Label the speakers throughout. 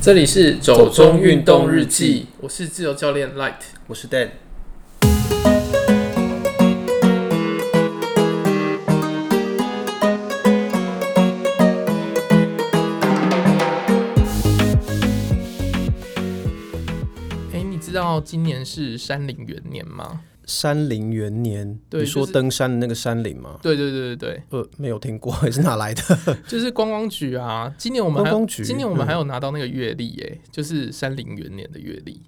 Speaker 1: 这里是走中运动日记，我是自由教练 Light。
Speaker 2: 我是 Dan。
Speaker 1: 哎，你知道今年是山林元年吗？
Speaker 2: 山林元年，
Speaker 1: 对
Speaker 2: 你说
Speaker 1: 就是
Speaker 2: 登山的那个山林吗？
Speaker 1: 对对对对
Speaker 2: 呃，没有听过， 是哪来的？
Speaker 1: 对，就是观光局啊。今年我们还
Speaker 2: 观光局
Speaker 1: 今年我们
Speaker 2: 嗯
Speaker 1: 还有拿到那个月历，哎，就是山林元年的月历。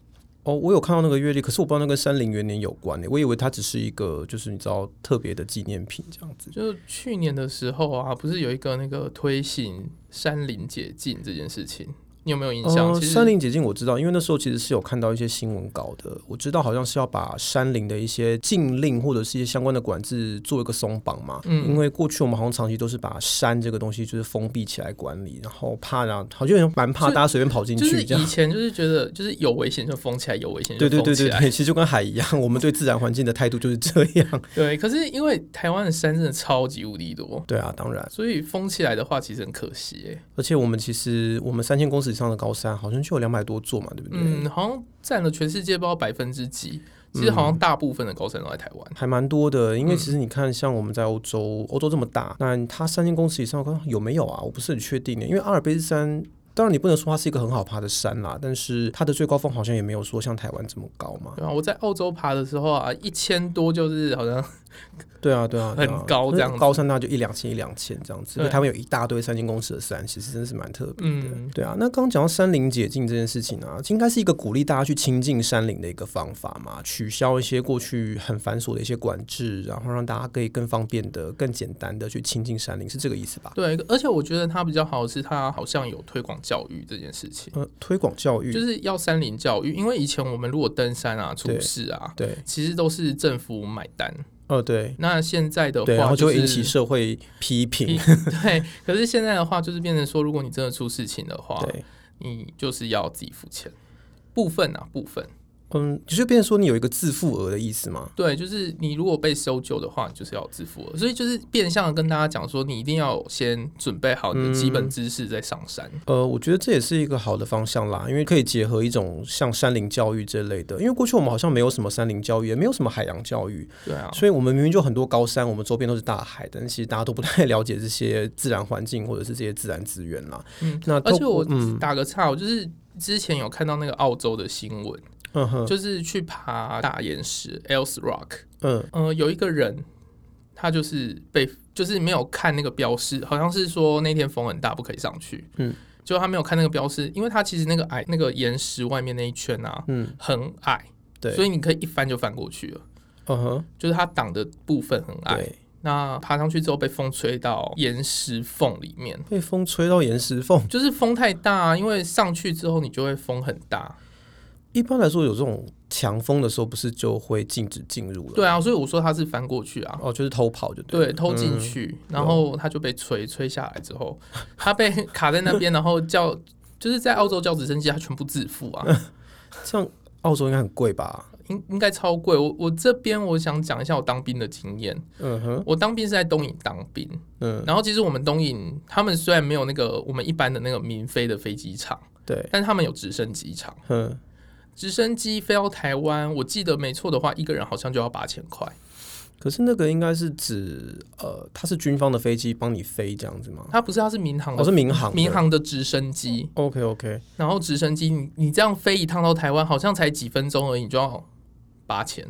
Speaker 2: 哦，我有看到那个月历，可是我不知道那跟山林元年有关欸诶，我以为它只是一个就是你知道特别的纪念品这样子。
Speaker 1: 就是去年的时候啊，不是有一个那个推行山林解禁这件事情，你有没有印象？
Speaker 2: 呃，
Speaker 1: 其实
Speaker 2: 山林解禁我知道，因为那时候其实是有看到一些新闻稿的，我知道好像是要把山林的一些呃禁令或者是一些相关的管制做一个松绑嘛。
Speaker 1: 嗯
Speaker 2: 因为过去我们好像长期都是把山这个东西就是封闭起来管理，然后怕让好像蛮怕
Speaker 1: 就
Speaker 2: 大家随便跑进
Speaker 1: 就是
Speaker 2: 去这样
Speaker 1: 以。前就是觉得就是有危险就封起来，有危险就
Speaker 2: 对对
Speaker 1: 封
Speaker 2: 对
Speaker 1: 起
Speaker 2: 对
Speaker 1: 来。
Speaker 2: 对，其实就跟海一样，我们对自然环境的态度就是这样。
Speaker 1: 对，可是因为台湾的山真的超级无敌多，
Speaker 2: 对啊，当然，
Speaker 1: 所以封起来的话，其实很可惜欸耶。
Speaker 2: 而且我们其实我们三千公尺以上的高山好像就有两百多座嘛，对不对？
Speaker 1: 嗯，好像占了全世界不知道百分之几，其实好
Speaker 2: 嗯
Speaker 1: 像大部分的高山都在台湾。
Speaker 2: 还蛮多的，因为
Speaker 1: 嗯
Speaker 2: 其实你看，像我们在欧洲，欧洲这么大，那它三千公尺以上的高有没有啊？我不是很确定的，因为阿尔卑斯山。当然，你不能说它是一个很好爬的山啦，但是它的最高峰好像也没有说像台湾这么高嘛。
Speaker 1: 对啊，我在澳洲爬的时候啊，一千多就是好像
Speaker 2: 对啊，对啊，对啊
Speaker 1: 很高这样子
Speaker 2: 就是高山那就一两千一两千这样子。
Speaker 1: 对
Speaker 2: 那台湾有一大堆三千公尺的山，其实真的是蛮特别的。
Speaker 1: 嗯
Speaker 2: 对啊，那刚刚讲到山林解禁这件事情啊，应该是一个鼓励大家去亲近山林的一个方法嘛，取消一些过去很繁琐的一些管制，然后让大家可以更方便的、更简单的去亲近山林，是这个意思吧？
Speaker 1: 对，而且我觉得它比较好的是它好像有推广教育这件事情，
Speaker 2: 呃，推广教育，
Speaker 1: 就是要山林教育，因为以前我们如果登山啊、出
Speaker 2: 对
Speaker 1: 事啊，
Speaker 2: 对，
Speaker 1: 其实都是政府买单。
Speaker 2: 哦对
Speaker 1: 那现在的话、就
Speaker 2: 对，然后就会引
Speaker 1: 是
Speaker 2: 起社会批评
Speaker 1: 批， 对，可是现在的话，就是变成说，如果你真的出事情的话，
Speaker 2: 对。
Speaker 1: 你就是要自己付钱，部分啊，部分。
Speaker 2: 嗯，就变成说你有一个自付额的意思嘛？
Speaker 1: 对，就是你如果被搜救的话，你就是要自付了。所以就是变相地跟大家讲说，你一定要先准备好你的基
Speaker 2: 嗯
Speaker 1: 本知识再上山。
Speaker 2: 呃，我觉得这也是一个好的方向啦，因为可以结合一种像山林教育这类的，因为过去我们好像没有什么山林教育，也没有什么海洋教育，
Speaker 1: 对啊，
Speaker 2: 所以我们明明就很多高山，我们周边都是大海，但其实大家都不太 了解这些自然环境或者是这些自然资源啦。
Speaker 1: 嗯，
Speaker 2: 那
Speaker 1: 而
Speaker 2: 都
Speaker 1: 且我
Speaker 2: 嗯
Speaker 1: 打个岔，我就是之前有看到那个澳洲的新闻，
Speaker 2: 嗯哼
Speaker 1: 就是去爬大岩石 Else Rock，
Speaker 2: 嗯
Speaker 1: 呃，有一个人他就是被就是没有看那个标示，好像是说那天风很大，不可以上去。
Speaker 2: 嗯，
Speaker 1: 就他没有看那个标示，因为他其实那个矮那个岩石外面那一圈啊
Speaker 2: 嗯，
Speaker 1: 很矮，
Speaker 2: 对，
Speaker 1: 所
Speaker 2: 以
Speaker 1: 以你可以一翻就翻过去了，
Speaker 2: 嗯哼，
Speaker 1: 就是它挡的部分很矮。
Speaker 2: 对，
Speaker 1: 那爬上去之后被风吹到岩石缝里面，
Speaker 2: 被风吹到岩石缝。
Speaker 1: 就是风太大、啊，因为上去之后你就会风很大。
Speaker 2: 一般来说，有这种强风的时候，不是就会禁止进入了？
Speaker 1: 对啊，所以我说他是翻过去啊。
Speaker 2: 哦，就是偷跑就对了。嗯
Speaker 1: 对，偷进去，然后他就被吹吹下来之后，他被 卡在那边，然后叫就是在澳洲叫直升机，他全部自付啊，
Speaker 2: 这样澳洲应该很贵吧？
Speaker 1: 应应该超贵。我我这边我想讲一下我当兵的经验，
Speaker 2: 嗯哼，
Speaker 1: 我当兵是在东营当兵，
Speaker 2: 嗯，
Speaker 1: 然后其实我们东营他们虽然没有那个我们一般的那个民飞的飞机场，
Speaker 2: 对，
Speaker 1: 但是他们有直升机场，
Speaker 2: 嗯，
Speaker 1: 直升机飞到台湾，我记得没错的话，一个人好像就要八千块。
Speaker 2: 可是那个应该是指呃，它是军方的飞机帮你飞这样子吗？
Speaker 1: 他不是，他是民航
Speaker 2: 我、
Speaker 1: 的，
Speaker 2: 哦是民航的，
Speaker 1: 民航的直升机，
Speaker 2: OK OK，
Speaker 1: 然后直升机，你你这样飞一趟到台湾，好像才几分钟而已，你就要八千，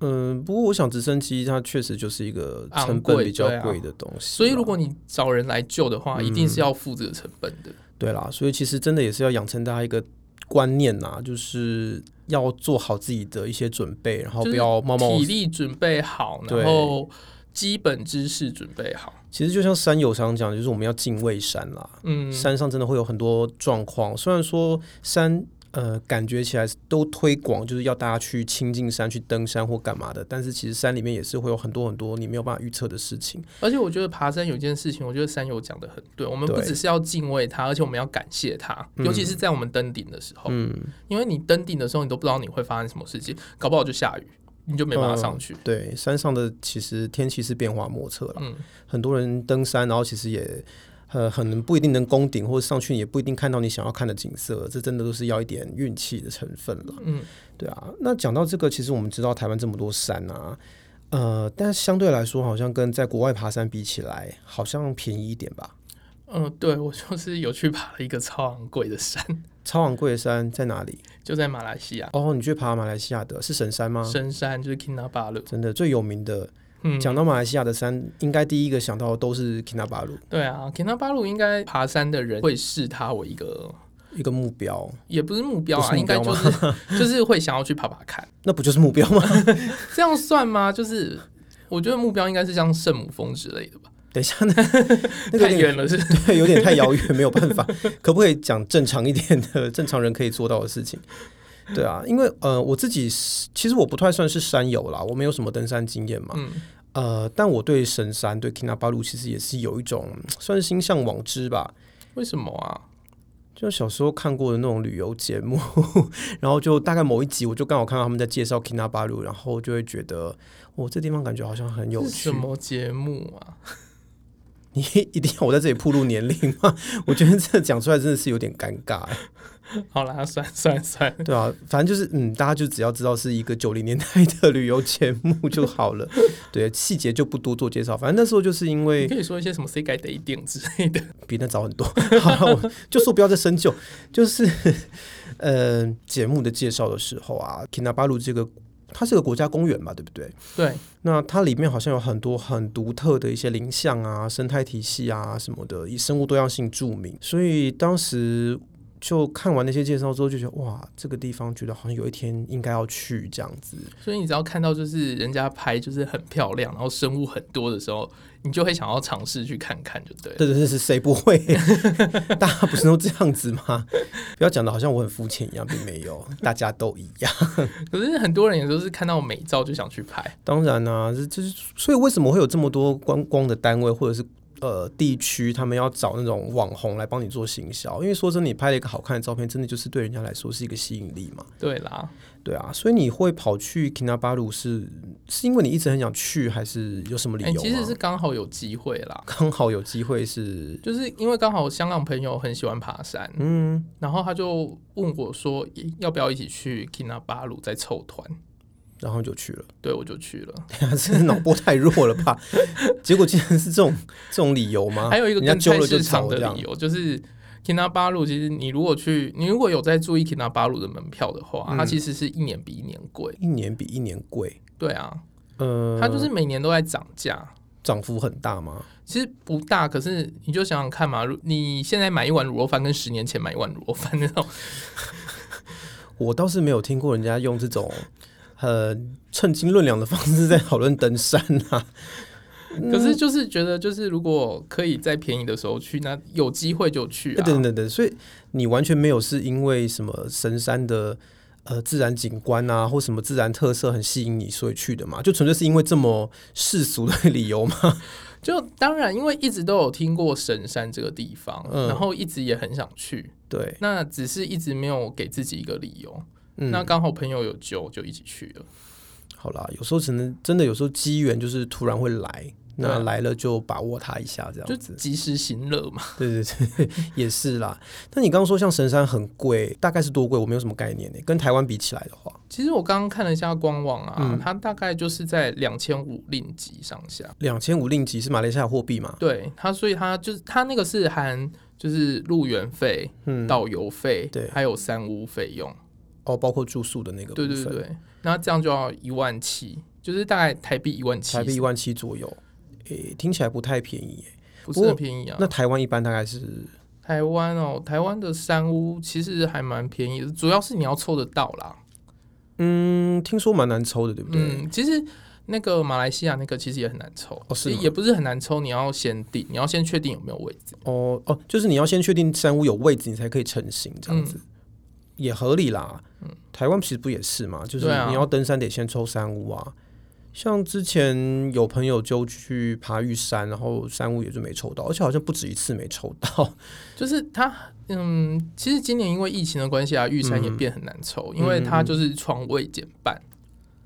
Speaker 2: 嗯，不过我想直升机它确实就是一个成本比较
Speaker 1: 昂贵对啊
Speaker 2: 贵的东西啦，
Speaker 1: 所以如果你找人来救的
Speaker 2: 啊
Speaker 1: 话，一定是要付这个成本的。
Speaker 2: 对啦，所以其实真的也是要养成大家一个观念呐、就是要做好自己的一些准备，然后
Speaker 1: 就
Speaker 2: 不
Speaker 1: 是
Speaker 2: 要冒冒。
Speaker 1: 体力准备好，
Speaker 2: 对
Speaker 1: 然后基本知识准备好，
Speaker 2: 其实就像山友常讲，就是我们要敬畏山啦，
Speaker 1: 嗯，
Speaker 2: 山上真的会有很多状况。虽然说山呃感觉起来都推广就是要大家去亲近山、去登山或干嘛的，但是其实山里面也是会有很多很多你没有办法预测的事情。
Speaker 1: 而且我觉得爬山有一件事情，我觉得山友讲的很对，我们
Speaker 2: 对
Speaker 1: 不只是要敬畏它，而且我们要感谢它，尤其是在我们登顶的时候，
Speaker 2: 嗯，
Speaker 1: 因为你登顶的时候，你都不知道你会发生什么事情，搞不好就下雨，你就没办法上去，
Speaker 2: 对，山上的其实天气是变化莫测啦。
Speaker 1: 嗯
Speaker 2: 很多人登山，然后其实也呃，很不一定能攻顶，或者上去也不一定看到你想要看的景色，这真的都是要一点运气的成分了。
Speaker 1: 嗯，
Speaker 2: 对啊。那讲到这个，其实我们知道台湾这么多山啊，呃，但相对来说，好像跟在国外爬山比起来，好像便宜一点吧。
Speaker 1: 嗯，对我就是有去爬了一个超昂贵的山，
Speaker 2: 超昂贵的山在哪里？
Speaker 1: 就在马来西亚
Speaker 2: 哦，你去爬马来西亚的是神山吗？
Speaker 1: 深山，啊就是 Kinabalu。
Speaker 2: 真的最有名的，
Speaker 1: 嗯，
Speaker 2: 讲到马来西亚的山，应该第一个想到的都是 Kinabalu
Speaker 1: 对啊，Kinabalu 应该爬山的人会视它为一个，
Speaker 2: 一个目标，
Speaker 1: 也不是目标啊，
Speaker 2: 不是
Speaker 1: 应
Speaker 2: 目
Speaker 1: 该
Speaker 2: 标
Speaker 1: 就
Speaker 2: 吗
Speaker 1: 是就是会想要去爬爬看，
Speaker 2: 那不就是目标吗？
Speaker 1: 这样算吗？就是我觉得目标应该是像圣母峰之类的吧，
Speaker 2: 等一下，那那个
Speaker 1: 太远
Speaker 2: 有点
Speaker 1: 了是
Speaker 2: 对，有点太遥远，没有办法。可不可以讲正常一点的，正常人可以做到的事情？对啊，因为呃，我自己是其实我不太算是山友啦，我没有什么登山经验嘛。
Speaker 1: 嗯
Speaker 2: 呃，但我对神山、对 Kinabalu 其实也是有一种算是心向往之吧。
Speaker 1: 为什么啊？
Speaker 2: 就小时候看过的那种旅游节目， 然后就大概某一集，我就刚好看到他们在介绍 Kinabalu，然后就会觉得，我、这地方感觉好像很有
Speaker 1: 是
Speaker 2: 趣
Speaker 1: 什。么节目啊？
Speaker 2: 你 一定要我在这里暴露年龄吗？ 我觉得这讲出来真的是有点尴尬、欸。
Speaker 1: 好啦，算算算，
Speaker 2: 对啊，反正就是嗯，大家就只要知道是一个九零年代的旅游节目就好了。对，细节就不多做介绍。反正那时候就是因
Speaker 1: 你
Speaker 2: 为
Speaker 1: 可以说一些什么 “say 改 day 定”之类的。
Speaker 2: 比那早很多， 好了，我就说不要再深究。就是呃，节目的介绍的时候啊，Kinabalu 这个它是个国家公园嘛，对不对？
Speaker 1: 对，
Speaker 2: 那它里面好像有很多很独特的一些林相啊、生态体系啊什么的，以生物多样性著名。所以当时就看完那些介绍之后，就觉得哇，这个地方觉得好像有一天应该要去这样子。
Speaker 1: 所以你只要看到就是人家拍就是很漂亮，然后生物很多的时候，你就会想要尝试去看看，就对了。
Speaker 2: 对对对，是谁不会？ 大家不是都这样子吗？不要讲的好像我很肤浅一样，并没有，大家都一样。
Speaker 1: 可是很多人也都是看到美照就想去拍，
Speaker 2: 当然啦、这就是所以为什么会有这么多观光的单位或者是呃地区，他们要找那种网红来帮你做行销，因为说真的，你拍了一个好看的照片，真的就是对人家来说是一个吸引力嘛，
Speaker 1: 对啦，
Speaker 2: 对啊，所以你会跑去 Kinabalu 是是因为你一直很想去，还是有什么理
Speaker 1: 哎、
Speaker 2: 由吗？啊
Speaker 1: 其实是刚好有机会啦，
Speaker 2: 刚好有机会是，
Speaker 1: 就是因为刚好香港朋友很喜欢爬山，
Speaker 2: 嗯，
Speaker 1: 然后他就问我说诶要不要一起去 Kinabalu 再凑团，
Speaker 2: 然后就去了。
Speaker 1: 对我就去了。
Speaker 2: 等一下真的脑波太弱了吧？结果竟然是这种这种理由吗？
Speaker 1: 还有一个
Speaker 2: 啊人家
Speaker 1: 跟菜
Speaker 2: 揪了就
Speaker 1: 市
Speaker 2: 吵
Speaker 1: 场
Speaker 2: 这
Speaker 1: 的
Speaker 2: 样
Speaker 1: 理。由就是 Kinabalu，其实你如果去，你如果有在注意 Kinabalu 的门票的话，
Speaker 2: 嗯
Speaker 1: 它其实是一年比一年贵。
Speaker 2: 一年比一年贵，
Speaker 1: 对啊，
Speaker 2: 呃，
Speaker 1: 它就是每年都在涨价。
Speaker 2: 涨幅很大吗？
Speaker 1: 其实不大，可是你就想想看嘛，如你现在买一碗卤肉饭跟十年前买一碗卤肉饭那种，
Speaker 2: 我倒是没有听过人家用这种呃称斤论两的方式在讨论登山啊。
Speaker 1: 可是就是觉得就是如果可以在便宜的时候去，那有机会就去
Speaker 2: 哎
Speaker 1: 啊。
Speaker 2: 等等等，所以你完全没有是因为什么神山的呃自然景观啊，或什么自然特色很吸引你，所以去的嘛？就纯粹是因为这么世俗的理 由吗？
Speaker 1: 就当然，因为一直都有听过神山这个地方，
Speaker 2: 嗯
Speaker 1: 然后一直也很想去，
Speaker 2: 对，
Speaker 1: 那只是一直没有给自己一个理由。
Speaker 2: 嗯，
Speaker 1: 那刚好朋友有揪，就一起去了。
Speaker 2: 好啦，有时候只能真的有时候机缘就是突然会来。
Speaker 1: 对
Speaker 2: 那
Speaker 1: 啊
Speaker 2: 来了就把握它一下，这
Speaker 1: 就
Speaker 2: 样子。
Speaker 1: 及时行乐嘛，
Speaker 2: 对对对， 也是啦。但你刚刚说像神山很贵，大概是多贵？我没有什么概念呢。跟台湾比起来的话，
Speaker 1: 其实我刚刚看了一下官网啊，
Speaker 2: 嗯
Speaker 1: 它大概就是在两千五令吉上下。
Speaker 2: 两千五令吉是马来西亚货币嘛？
Speaker 1: 对它，所以它就是它那个是含就是入园费、
Speaker 2: 嗯，
Speaker 1: 导游费，
Speaker 2: 对
Speaker 1: 还有三屋费用。
Speaker 2: 哦，包括住宿的那个部
Speaker 1: 对
Speaker 2: 分，
Speaker 1: 对对，那这样就要一万七，就是大概台币一万七
Speaker 2: 台，币一万七左右，诶，听起来不太便宜耶。
Speaker 1: 不
Speaker 2: 不
Speaker 1: 是
Speaker 2: 过
Speaker 1: 很便宜啊
Speaker 2: 那。台湾一般大概是
Speaker 1: 台湾哦，台湾的三屋其实还蛮便宜的，主要是你要凑得到啦。
Speaker 2: 嗯，听说蛮难抽的，对不对？
Speaker 1: 嗯，其实那个马来西亚那个其实也很难抽，
Speaker 2: 哦是
Speaker 1: 其实
Speaker 2: 吗
Speaker 1: 也不是很难抽，你要先定，你要先确定有没有位置。
Speaker 2: 哦哦，就是你要先确定山屋有位置，你才可以成型，这样
Speaker 1: 嗯
Speaker 2: 子、也合理啦。台湾其实不也是嘛，就是
Speaker 1: 对啊
Speaker 2: 你要登山得先抽山屋啊。像之前有朋友就去爬玉山，然后山屋也就没抽到，而且好像不止一次没抽到。
Speaker 1: 就是它，嗯，其
Speaker 2: 嗯
Speaker 1: 实今年因为疫情的关系啊，玉山也变很难抽，因为它就是床位减半，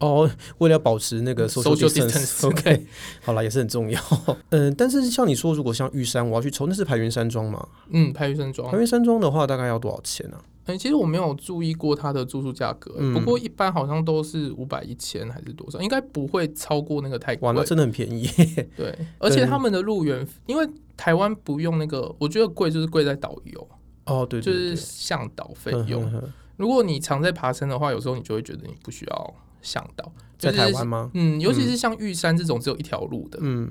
Speaker 2: 哦，为了保持那个 social
Speaker 1: 嗯 Social distance
Speaker 2: distance，OK，好啦，也是很重要。 嗯，但是像你说，如果像玉山，我要去抽，那是排云山庄嘛？
Speaker 1: 嗯，拍玉山庄
Speaker 2: 排。云山庄的话，大概要多少钱啊？
Speaker 1: 哎、其实我没有注意过它的住宿价格、
Speaker 2: 嗯
Speaker 1: 不过一般好像都是五百一千还是多少，应该不会超过那个太哎贵
Speaker 2: 哇，。那真的很便宜。
Speaker 1: 对，而且他们的入园，因为台湾不用那个，我觉得贵就是贵在导游，
Speaker 2: 哦，对
Speaker 1: 就
Speaker 2: 对
Speaker 1: 是
Speaker 2: 对，
Speaker 1: 向导费
Speaker 2: 嗯
Speaker 1: 用。
Speaker 2: 哼哼
Speaker 1: 如果你常在爬山的话，有时候你就会觉得你不需要向导，就
Speaker 2: 在
Speaker 1: 是
Speaker 2: 台湾吗？
Speaker 1: 嗯，尤其是像玉山这种只有一条路的，
Speaker 2: 嗯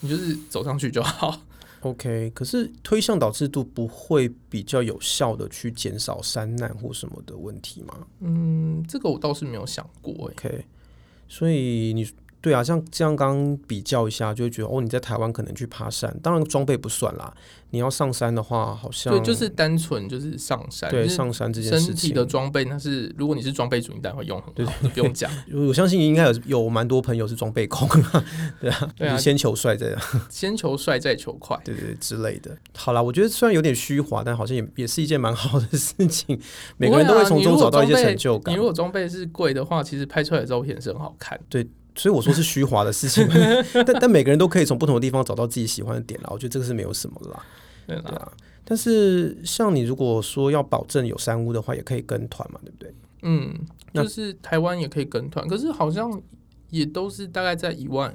Speaker 1: 你就是走上去就好。
Speaker 2: ，OK。可是推向导制度不会比较有效的去减少山难或什么的问题吗
Speaker 1: 嗯，这个我倒是没有想过、欸，
Speaker 2: ？OK，所以你。对啊，像这样刚刚比较一下，就会觉得哦，你在台湾可能去爬山，当然装备不算啦。你要上山的话，好像
Speaker 1: 对，就是单纯就是上山，
Speaker 2: 对
Speaker 1: 就是
Speaker 2: 上山这件
Speaker 1: 身
Speaker 2: 事
Speaker 1: 体
Speaker 2: 情
Speaker 1: 的装备，那是如果你是装备主，你当然会用很好，你不用讲。
Speaker 2: 我相信应该有有蛮多朋友是装备控，对啊，
Speaker 1: 对啊
Speaker 2: 就是先求帅这样，
Speaker 1: 先求帅再求快，
Speaker 2: 对对对之类的。好啦，我觉得虽然有点虚华，但好像也也是一件蛮好的事情， 每个人
Speaker 1: 啊
Speaker 2: 都会从中找到一些成就感
Speaker 1: 你如。果装备是贵的话，其实拍出来的照片是很好看。
Speaker 2: 所以我说是虚华的 事情，但但每个人都可以从不同的地方找到自己喜欢的点啦。我觉得这个是没有什么啦，
Speaker 1: 对
Speaker 2: 对
Speaker 1: 啦，
Speaker 2: 啊。但是像你如果说要保证有山屋的话，也可以跟团嘛，对不对？
Speaker 1: 嗯，
Speaker 2: 那
Speaker 1: 就是台湾也可以跟团，可是好像也都是大概在一万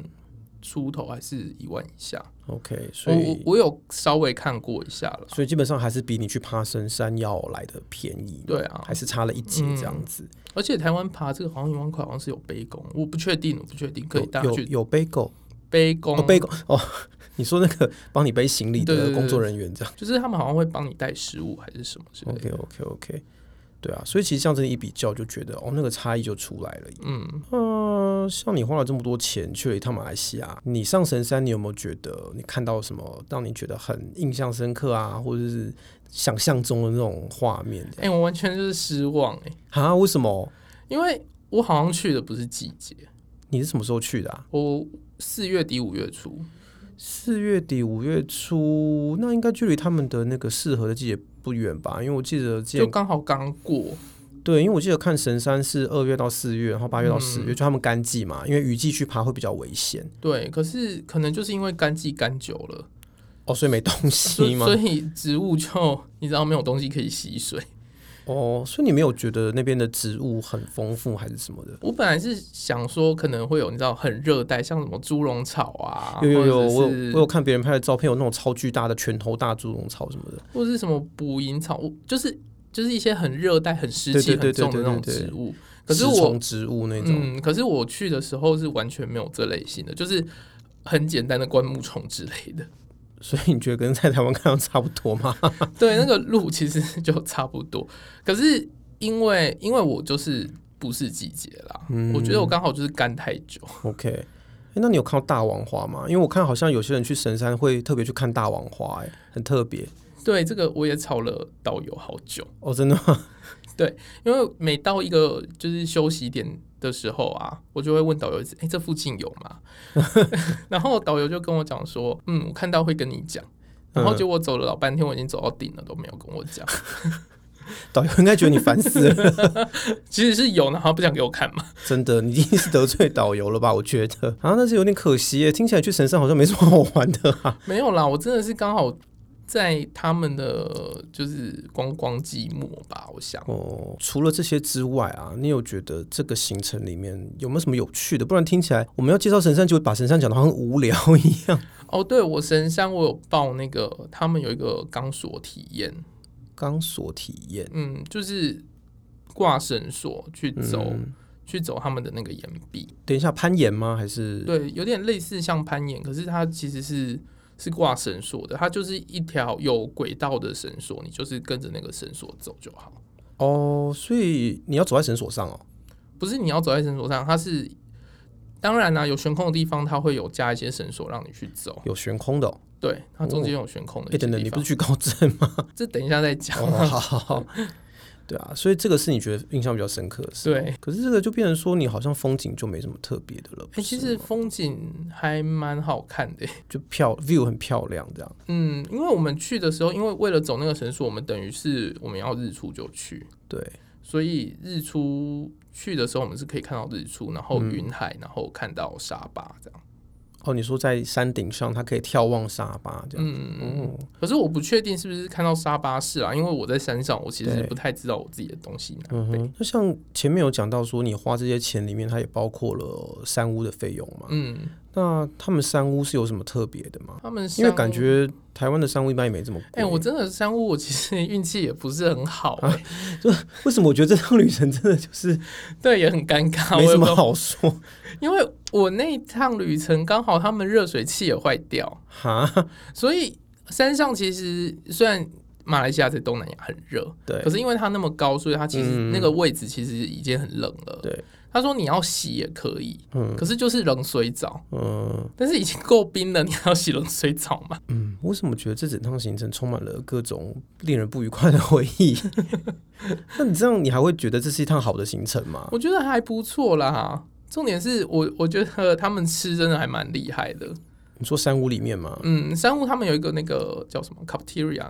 Speaker 1: 出头，还是一万以下。
Speaker 2: OK，所
Speaker 1: 我我
Speaker 2: 以
Speaker 1: 我有稍微看过一下了，
Speaker 2: 所以基本上还是比你去爬深山要来的便宜，
Speaker 1: 对啊
Speaker 2: 还是差了一截这样子。
Speaker 1: 而且台湾爬这个好像一万块，好像是有杯弓，我不确定，我不确定，可以大家
Speaker 2: 有有
Speaker 1: 去
Speaker 2: 有背狗
Speaker 1: 杯弓
Speaker 2: 哦，，背狗哦，你说那个 帮你背行李
Speaker 1: 对对
Speaker 2: 的
Speaker 1: 对
Speaker 2: 工作人员这样
Speaker 1: 就是他们好像会帮你带食物还是什么之类的。
Speaker 2: ，OK 哦 OK OK，对啊，所以其实这样子一比较，就觉得哦，那个差异就出来了。
Speaker 1: 嗯，
Speaker 2: 嗯、像你花了这么多钱去了一趟马来西亚，你上神山，你有没有觉得你看到什么让你觉得很印象深刻啊，或者是想象中的那种画面这
Speaker 1: 哎、
Speaker 2: 样？
Speaker 1: 我完全就是失望哎、
Speaker 2: 啊，为什么？
Speaker 1: 因为我好像去的不是季节，
Speaker 2: 你是什么时候去的啊？
Speaker 1: 我四月底五月初，
Speaker 2: 四月底五月初，那应该距离他们的那个适合的季节不远吧？因为我记得之前
Speaker 1: 就刚好刚过。
Speaker 2: 对，因为我记得看神山是二月到四月，然后八月到十月，
Speaker 1: 嗯
Speaker 2: 就他们干季嘛，因为雨季去爬会比较危险
Speaker 1: 对，可是可能就是因为干季干久了，
Speaker 2: 哦，所 以没东
Speaker 1: 所
Speaker 2: 西
Speaker 1: 以
Speaker 2: 嘛。
Speaker 1: 所以植物就 你知道没有东西可以吸水。
Speaker 2: 哦，所以你没有觉得那边的植物很丰富还是什么的？
Speaker 1: 我本来是想说可能会有你知道很热带，像什么猪笼草啊，
Speaker 2: 有有有，我有
Speaker 1: 或者是
Speaker 2: 我有看别人拍的照片，有那种超巨大的拳头大猪笼草什么的。
Speaker 1: 或者是什么捕蝇草，我就是就是一些很热带、很湿气
Speaker 2: 对对对
Speaker 1: 很重的那种
Speaker 2: 对对对
Speaker 1: 植物。可是
Speaker 2: 食
Speaker 1: 我
Speaker 2: 虫植物那种，
Speaker 1: 嗯，可是我去的时候是完全没有这类型的，就是很简单的灌木丛之类的。
Speaker 2: 所以你觉得跟在台湾看到差不多吗？
Speaker 1: 对，那个路其实就差不多。可是因为因为我就是不是季节啦，
Speaker 2: 嗯
Speaker 1: 我觉得我刚好就是干太久。
Speaker 2: OK，、诶那你有看到大王花吗？因为我看好像有些人去神山会特别去看大王花、诶很特别
Speaker 1: 对，这个我也吵了导游好久，
Speaker 2: 哦，真的吗？
Speaker 1: 因为每到一个就是休息点的时候啊，我就会问导游一次：“哎、这附近有吗？” 然后导游就跟我讲说：“嗯，我看到会跟你讲。”然后
Speaker 2: 嗯
Speaker 1: 结果走了老半天，我已经走到顶了，都没有跟我讲。
Speaker 2: 导游应该觉得你烦死了。
Speaker 1: 其实是有，然后不想给我看嘛。
Speaker 2: 真的，你一定是得罪导游了吧？我觉得 啊，那是有点可惜耶。听起来去神山好像没什么好玩的啊。
Speaker 1: 没有啦，我真的是刚好在他们的就是观光季末吧，我想。
Speaker 2: 哦，除了这些之外啊，你有觉得这个行程里面有没有什么有趣的？不然听起来我们要介绍神山，就把神山讲的好像很无聊一样。
Speaker 1: 哦，对，我神山我有报那个，他们有一个钢索体验，
Speaker 2: 钢索体验，
Speaker 1: 嗯，就是挂绳索去走、
Speaker 2: 嗯
Speaker 1: 去走他们的那个岩壁，
Speaker 2: 等一下攀岩吗？还是
Speaker 1: 对，有点类似像攀岩，可是它其实是。是挂绳索的，它就是一条有轨道的绳索，你就是跟着那个绳索走就好。
Speaker 2: 哦？所以你要走在绳索上哦。
Speaker 1: 不是你要走在绳索上，它是当然啊啦、有悬空的地方它会有加一些绳索让你去走，
Speaker 2: 有悬空的、哦，
Speaker 1: 对，它中间有悬空的一
Speaker 2: 哎、
Speaker 1: 些
Speaker 2: 等等，
Speaker 1: 地
Speaker 2: 你不
Speaker 1: 方。
Speaker 2: 是去高镇吗？
Speaker 1: 这等一下再讲。
Speaker 2: 哦，好 好好，对啊，所以这个是你觉得印象比较深刻的事。
Speaker 1: 对，
Speaker 2: 可是这个就变成说，你好像风景就没什么特别的了。
Speaker 1: 哎、
Speaker 2: 不
Speaker 1: 其
Speaker 2: 是哦
Speaker 1: 实
Speaker 2: 吗
Speaker 1: 风景还蛮好看的、
Speaker 2: 就漂 view 很漂亮，这样
Speaker 1: 嗯，因为我们去的时候，因为为了走那个绳索，我们等于是我们要日出就去，
Speaker 2: 对。
Speaker 1: 所以日出去的时候我们是可以看到日出，然
Speaker 2: 嗯
Speaker 1: 后云海，然后看到沙巴这样。
Speaker 2: 哦，你说在山顶上，它可以眺望沙巴这样。
Speaker 1: 嗯，
Speaker 2: 嗯，
Speaker 1: 可是我不确定是不是看到沙巴市啊，因为我在山上，我其实
Speaker 2: 对
Speaker 1: 不太知道我自己的东西南
Speaker 2: 嗯
Speaker 1: 北。
Speaker 2: 哼，就像前面有讲到说，你花这些钱里面，它也包括了山屋的费用嘛。
Speaker 1: 嗯，
Speaker 2: 那他们山屋是有什么特别的吗？
Speaker 1: 他们
Speaker 2: 因为
Speaker 1: 山
Speaker 2: 感
Speaker 1: 屋
Speaker 2: 觉台湾的山屋一般也没这么贵。
Speaker 1: 哎、我真的山屋，我其实运气也不是很好、
Speaker 2: 啊
Speaker 1: 哎
Speaker 2: 为什么我觉得这趟旅程真的就是
Speaker 1: 对，也很尴尬。啊我
Speaker 2: 没
Speaker 1: 也
Speaker 2: 什
Speaker 1: 不
Speaker 2: 么
Speaker 1: 知道
Speaker 2: 好说？
Speaker 1: 因为我那一趟旅程刚好他们热水器也坏掉，
Speaker 2: 哈，
Speaker 1: 所以山上其实虽然马来西亚在东南亚很热，
Speaker 2: 对
Speaker 1: 可，是因为它那么高，所以它其实
Speaker 2: 嗯
Speaker 1: 那个位置其实已经很冷了。
Speaker 2: 对，
Speaker 1: 他说你要洗也可以，
Speaker 2: 嗯
Speaker 1: 可是就是冷水澡，
Speaker 2: 嗯
Speaker 1: 但是已经够冰了，你还要洗冷水澡吗？
Speaker 2: 嗯，为什么觉得这整趟行程充满了各种令人不愉快的回忆？ 那你这样，你还会觉得这是一趟好的行程吗？
Speaker 1: 我觉得还不错啦。重点是我我觉得他们吃真的还蛮厉害的。
Speaker 2: 你说山屋里面吗？
Speaker 1: 嗯，珊瑚他们有一个那个叫什么 cafeteria，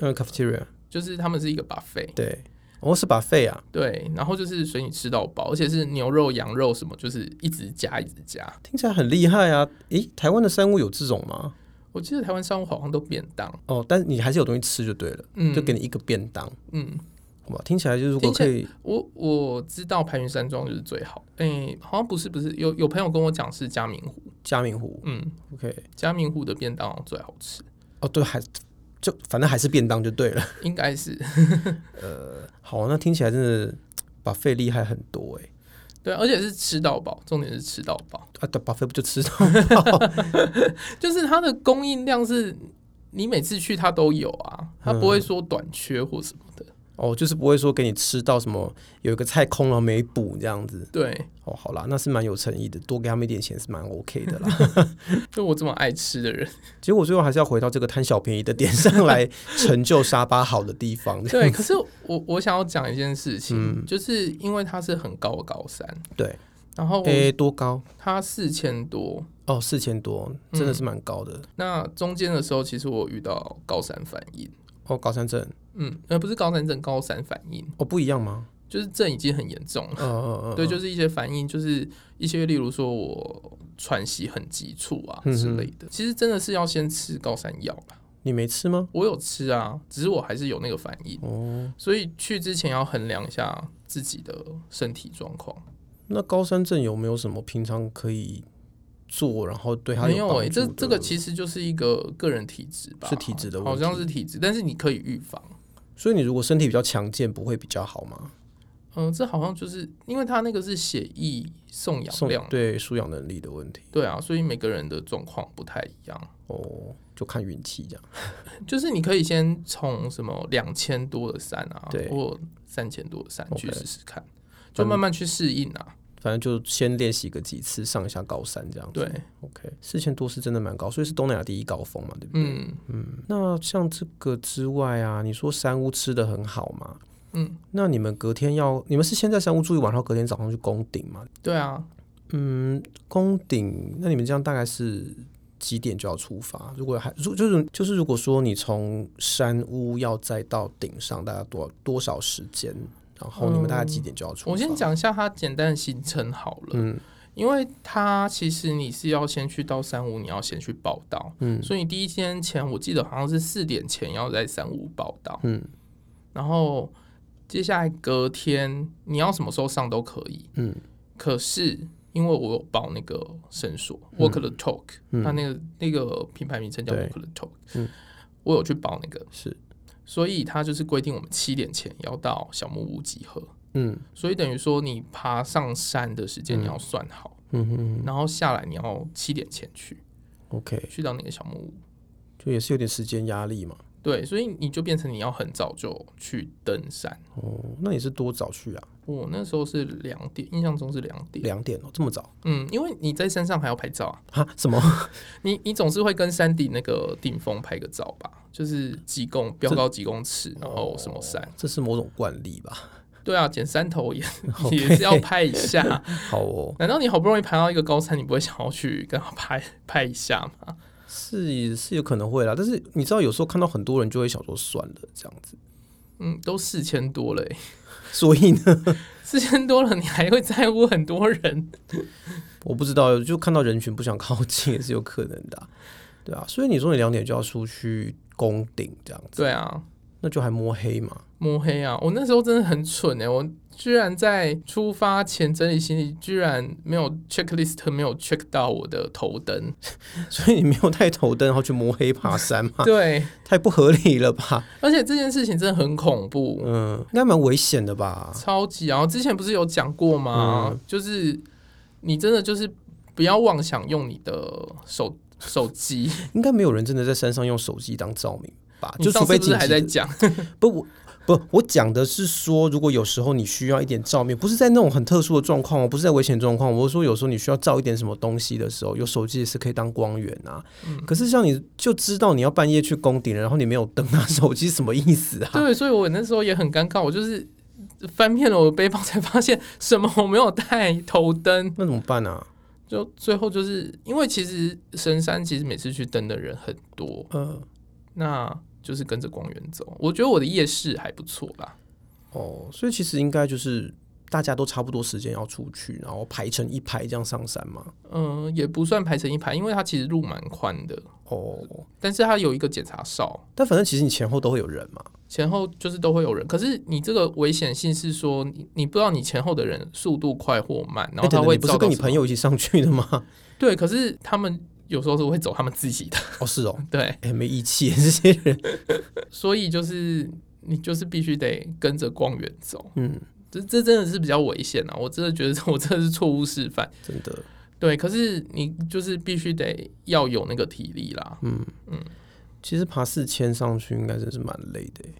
Speaker 2: 呃，cafeteria，
Speaker 1: 就是他们是一个 buffet，
Speaker 2: 对，哦，是把费啊，
Speaker 1: 对，然后就是随你吃到饱，而且是牛肉、羊肉什么，就是一直加一直加。
Speaker 2: 听起来很厉害啊！诶，台湾的山屋有这种吗？
Speaker 1: 我记得台湾珊瑚好像都便当，
Speaker 2: 哦，但你还是有东西吃就对了，
Speaker 1: 嗯，
Speaker 2: 就给你一个便当。
Speaker 1: 嗯，
Speaker 2: 哇，听起来就是如果可以，
Speaker 1: 我我知道排云山庄就是最好，诶、好像不是不是，有有朋友跟我讲是嘉明湖，
Speaker 2: 嘉明湖
Speaker 1: 嗯，
Speaker 2: ，OK，
Speaker 1: 嘉明湖的便当好像最好吃，
Speaker 2: 哦，对，还就反正还是便当就对了。
Speaker 1: 应该是
Speaker 2: 好，啊那听起来真的把费厉害很多诶。
Speaker 1: 对，啊而且是吃到饱，重点是吃到饱，
Speaker 2: 啊，对，把费不就吃到？
Speaker 1: 就是它的供应量是你每次去它都有啊，它不会
Speaker 2: 嗯
Speaker 1: 说短缺或什么的，
Speaker 2: 哦，就是不会说给你吃到什么有一个菜空了没补这样子。
Speaker 1: 对，
Speaker 2: 哦，好啦，那是蛮有诚意的，多给他们一点钱是蛮 OK 的啦。
Speaker 1: 就我这么爱吃的人，
Speaker 2: 结果最后还是要回到这个贪小便宜的点上来，成就沙巴好的 地方。
Speaker 1: 对。可是我我想要讲一件事情，
Speaker 2: 嗯
Speaker 1: 就是因为它是很高的高山，
Speaker 2: 对，
Speaker 1: 然后
Speaker 2: 诶、多高？
Speaker 1: 它四千多，
Speaker 2: 哦，四千多，真的是蛮高的。
Speaker 1: 那中间的时候其实我有遇到高山反应，
Speaker 2: 哦，高山症，
Speaker 1: 嗯，呃不是高山症，高山反应，
Speaker 2: 哦，不一样吗？
Speaker 1: 就是症已经很严重了。
Speaker 2: 嗯嗯嗯，
Speaker 1: 对，就是一些反应，就是一些，例如说我喘息很急促啊
Speaker 2: 嗯哼
Speaker 1: 之类的。其实真的是要先吃高山药啦，
Speaker 2: 你没吃吗？
Speaker 1: 我有吃啊，只是我还是有那个反应，
Speaker 2: 哦，
Speaker 1: 所以去之前要衡量一下自己的身体状况。
Speaker 2: 那高山症有没有什么平常可以做，然后对他
Speaker 1: 没有
Speaker 2: 帮
Speaker 1: 诶、
Speaker 2: 助
Speaker 1: 这
Speaker 2: 的
Speaker 1: 这个其实就是一个个人体质吧，
Speaker 2: 是体质的问
Speaker 1: 好像
Speaker 2: 题
Speaker 1: 是体质，但是你可以预防。
Speaker 2: 所以你如果身体比较强健，不会比较好吗？
Speaker 1: 嗯、这好像就是因为它那个是血液送氧
Speaker 2: 送
Speaker 1: 量，
Speaker 2: 对输氧能力的问题，
Speaker 1: 对啊，所以每个人的状况不太一样。
Speaker 2: 哦，就看运气这样。
Speaker 1: 就是你可以先从什么两千多的山啊，
Speaker 2: 对
Speaker 1: 或三千多的山
Speaker 2: OK
Speaker 1: 去
Speaker 2: 嗯
Speaker 1: 试试看，就慢慢去适应啊。
Speaker 2: 反正就先练习个几次，上一下高山这样子。
Speaker 1: 对，
Speaker 2: ，OK，四千多是真的蛮高，所以是东南亚第一高峰嘛，对不对？
Speaker 1: 嗯
Speaker 2: 那像这个之外啊，你说山屋吃的很好嘛？
Speaker 1: 嗯，
Speaker 2: 那你们隔天要，你们是先在山屋住一晚，然后隔天早上去攻顶嘛？
Speaker 1: 对啊，
Speaker 2: 嗯，攻顶，那你们这样大概是几点就要出发？如果还如就是就是如果说你从山屋要再到顶上，大概多多少时间？然后你们大概几点就要出
Speaker 1: 嗯
Speaker 2: 发？
Speaker 1: 我先，讲一下它简单的行程好了，
Speaker 2: 嗯
Speaker 1: 因为它其实你是要先去到三五，你要先去报道，
Speaker 2: 嗯
Speaker 1: 所以你第一天前我记得好像是四点前要在三五报道，
Speaker 2: 嗯
Speaker 1: 然后接下来隔天你要什么时候上都可以，
Speaker 2: 嗯
Speaker 1: 可是因为我有报那个绳索 Walk the Talk，、
Speaker 2: 嗯
Speaker 1: 它那个那个品牌名称叫
Speaker 2: 对
Speaker 1: Walk the Talk，、
Speaker 2: 嗯
Speaker 1: 我有去报那个，
Speaker 2: 是
Speaker 1: 所以它就是规定我们七点前要到小木屋集合，
Speaker 2: 嗯
Speaker 1: 所以等于说你爬上山的时间你要算好，
Speaker 2: 嗯嗯
Speaker 1: 然后下来你要七点前去
Speaker 2: ，OK，
Speaker 1: 去到那个小木屋，
Speaker 2: 就也是有点时间压力嘛。
Speaker 1: 对，所以你就变成你要很早就去登山。
Speaker 2: 哦，那你是多早去啊？
Speaker 1: 我那时候是两点，印象中是两点。
Speaker 2: 两点哦，这么早
Speaker 1: 嗯，因为你在山上还要拍照啊，
Speaker 2: 啊？什么？
Speaker 1: 你你总是会跟山顶那个顶峰拍个照吧，就是几公标高几公尺，然后哦什么山？
Speaker 2: 哦这是某种惯例吧？
Speaker 1: 对啊，剪山头也
Speaker 2: OK
Speaker 1: 也是要拍一下。
Speaker 2: 好哦，
Speaker 1: 难道你好不容易爬到一个高山，你不会想要去跟他拍 拍一下吗？
Speaker 2: 是是有可能会啦，但是你知道，有时候看到很多人就会想说算了这样子，
Speaker 1: 嗯，都四千多了、欸，
Speaker 2: 所以呢，
Speaker 1: 四千多了，你还会在乎很多人？
Speaker 2: 我不知道，就看到人群不想靠近也是有可能的啊、对啊。所以你说你两点就要出去攻顶这样子，
Speaker 1: 对啊，
Speaker 2: 那就还摸黑嘛？
Speaker 1: 摸黑啊！我那时候真的很蠢哎、我居然在出发前整理行李，居然没有 checklist，没有 check 到我的头灯。
Speaker 2: 所以你没有带头灯，然后去摸黑爬山嘛？
Speaker 1: 对，
Speaker 2: 太不合理了吧？
Speaker 1: 而且这件事情真的很恐怖，
Speaker 2: 嗯，应该蛮危险的吧？
Speaker 1: 超级啊！之前不是有讲过吗？
Speaker 2: 嗯
Speaker 1: 就是你真的就是不要妄想用你的手手机，
Speaker 2: 应该没有人真的在山上用手机当照明吧？
Speaker 1: 你
Speaker 2: 啊就
Speaker 1: 上
Speaker 2: 除
Speaker 1: 次
Speaker 2: 非
Speaker 1: 不是
Speaker 2: 紧
Speaker 1: 还
Speaker 2: 急
Speaker 1: 在
Speaker 2: 的
Speaker 1: 讲？
Speaker 2: 不我。不，我讲的是说，如果有时候你需要一点照面，不是在那种很特殊的状况哦，不是在危险状况，我是说有时候你需要照一点什么东西的时候，有手机也是可以当光源啊。
Speaker 1: 嗯
Speaker 2: 可是像你就知道你要半夜去攻顶了，然后你没有灯啊，手机什么意思啊？
Speaker 1: 对，所以我那时候也很尴尬，我就是翻遍了我的背包，才发现什么我没有带头灯，
Speaker 2: 那怎么办啊？
Speaker 1: 就最后就是因为其实神山其实每次去登的人很多，
Speaker 2: 嗯、
Speaker 1: 那就是跟着光源走。我觉得我的夜视还不错啦，
Speaker 2: 哦，所以其实应该就是大家都差不多时间要出去，然后排成一排这样上山嘛。
Speaker 1: 嗯、也不算排成一排，因为它其实路蛮宽的，
Speaker 2: 哦，
Speaker 1: 但是它有一个检查哨，
Speaker 2: 但反正其实你前后都会有人嘛。
Speaker 1: 前后就是都会有人。可是你这个危险性是说你你不知道你前后的人速度快或慢，然后他
Speaker 2: 哎等等
Speaker 1: 会
Speaker 2: 你不是
Speaker 1: 照到
Speaker 2: 跟你
Speaker 1: 什
Speaker 2: 朋
Speaker 1: 么
Speaker 2: 友一起上去 的吗？
Speaker 1: 对，可是他们有时候是会走他们自己的，
Speaker 2: 哦，是哦，
Speaker 1: 对。
Speaker 2: 哎、没义气，这些 人。
Speaker 1: 所以就是你就是必须得跟着光源走，
Speaker 2: 嗯，
Speaker 1: 这这真的是比较危险啊！我真的觉得 我真的是错误示范。
Speaker 2: 真的，
Speaker 1: 对，可是你就是必须得要有那个体力啦。
Speaker 2: 嗯嗯，其实爬四千上去应该真是蛮累的耶，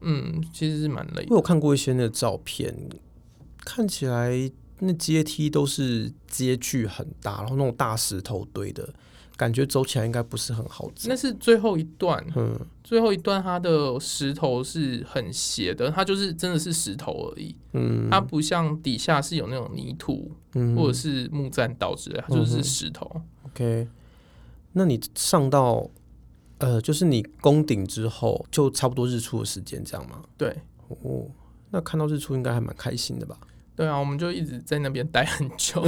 Speaker 1: 嗯，其实是蛮累
Speaker 2: 因
Speaker 1: 的。
Speaker 2: 为我看过一些那个照片，看起来那阶梯都是阶距很大，然后那种大石头堆的，感觉走起来应该不是很好走
Speaker 1: 那。是最后一段，
Speaker 2: 嗯，
Speaker 1: 最后一段它的石头是很斜的，它就是真的是石头而已，
Speaker 2: 嗯
Speaker 1: 它不像底下是有那种泥土
Speaker 2: 嗯
Speaker 1: 啊或者是木栈道之类，它就是石头。
Speaker 2: ，OK，那你上到呃，就是你攻顶之后，就差不多日出的时间这样吗？
Speaker 1: 对
Speaker 2: 哦，那看到日出应该还蛮开心的吧？
Speaker 1: 对啊，我们就一直在那边待很久。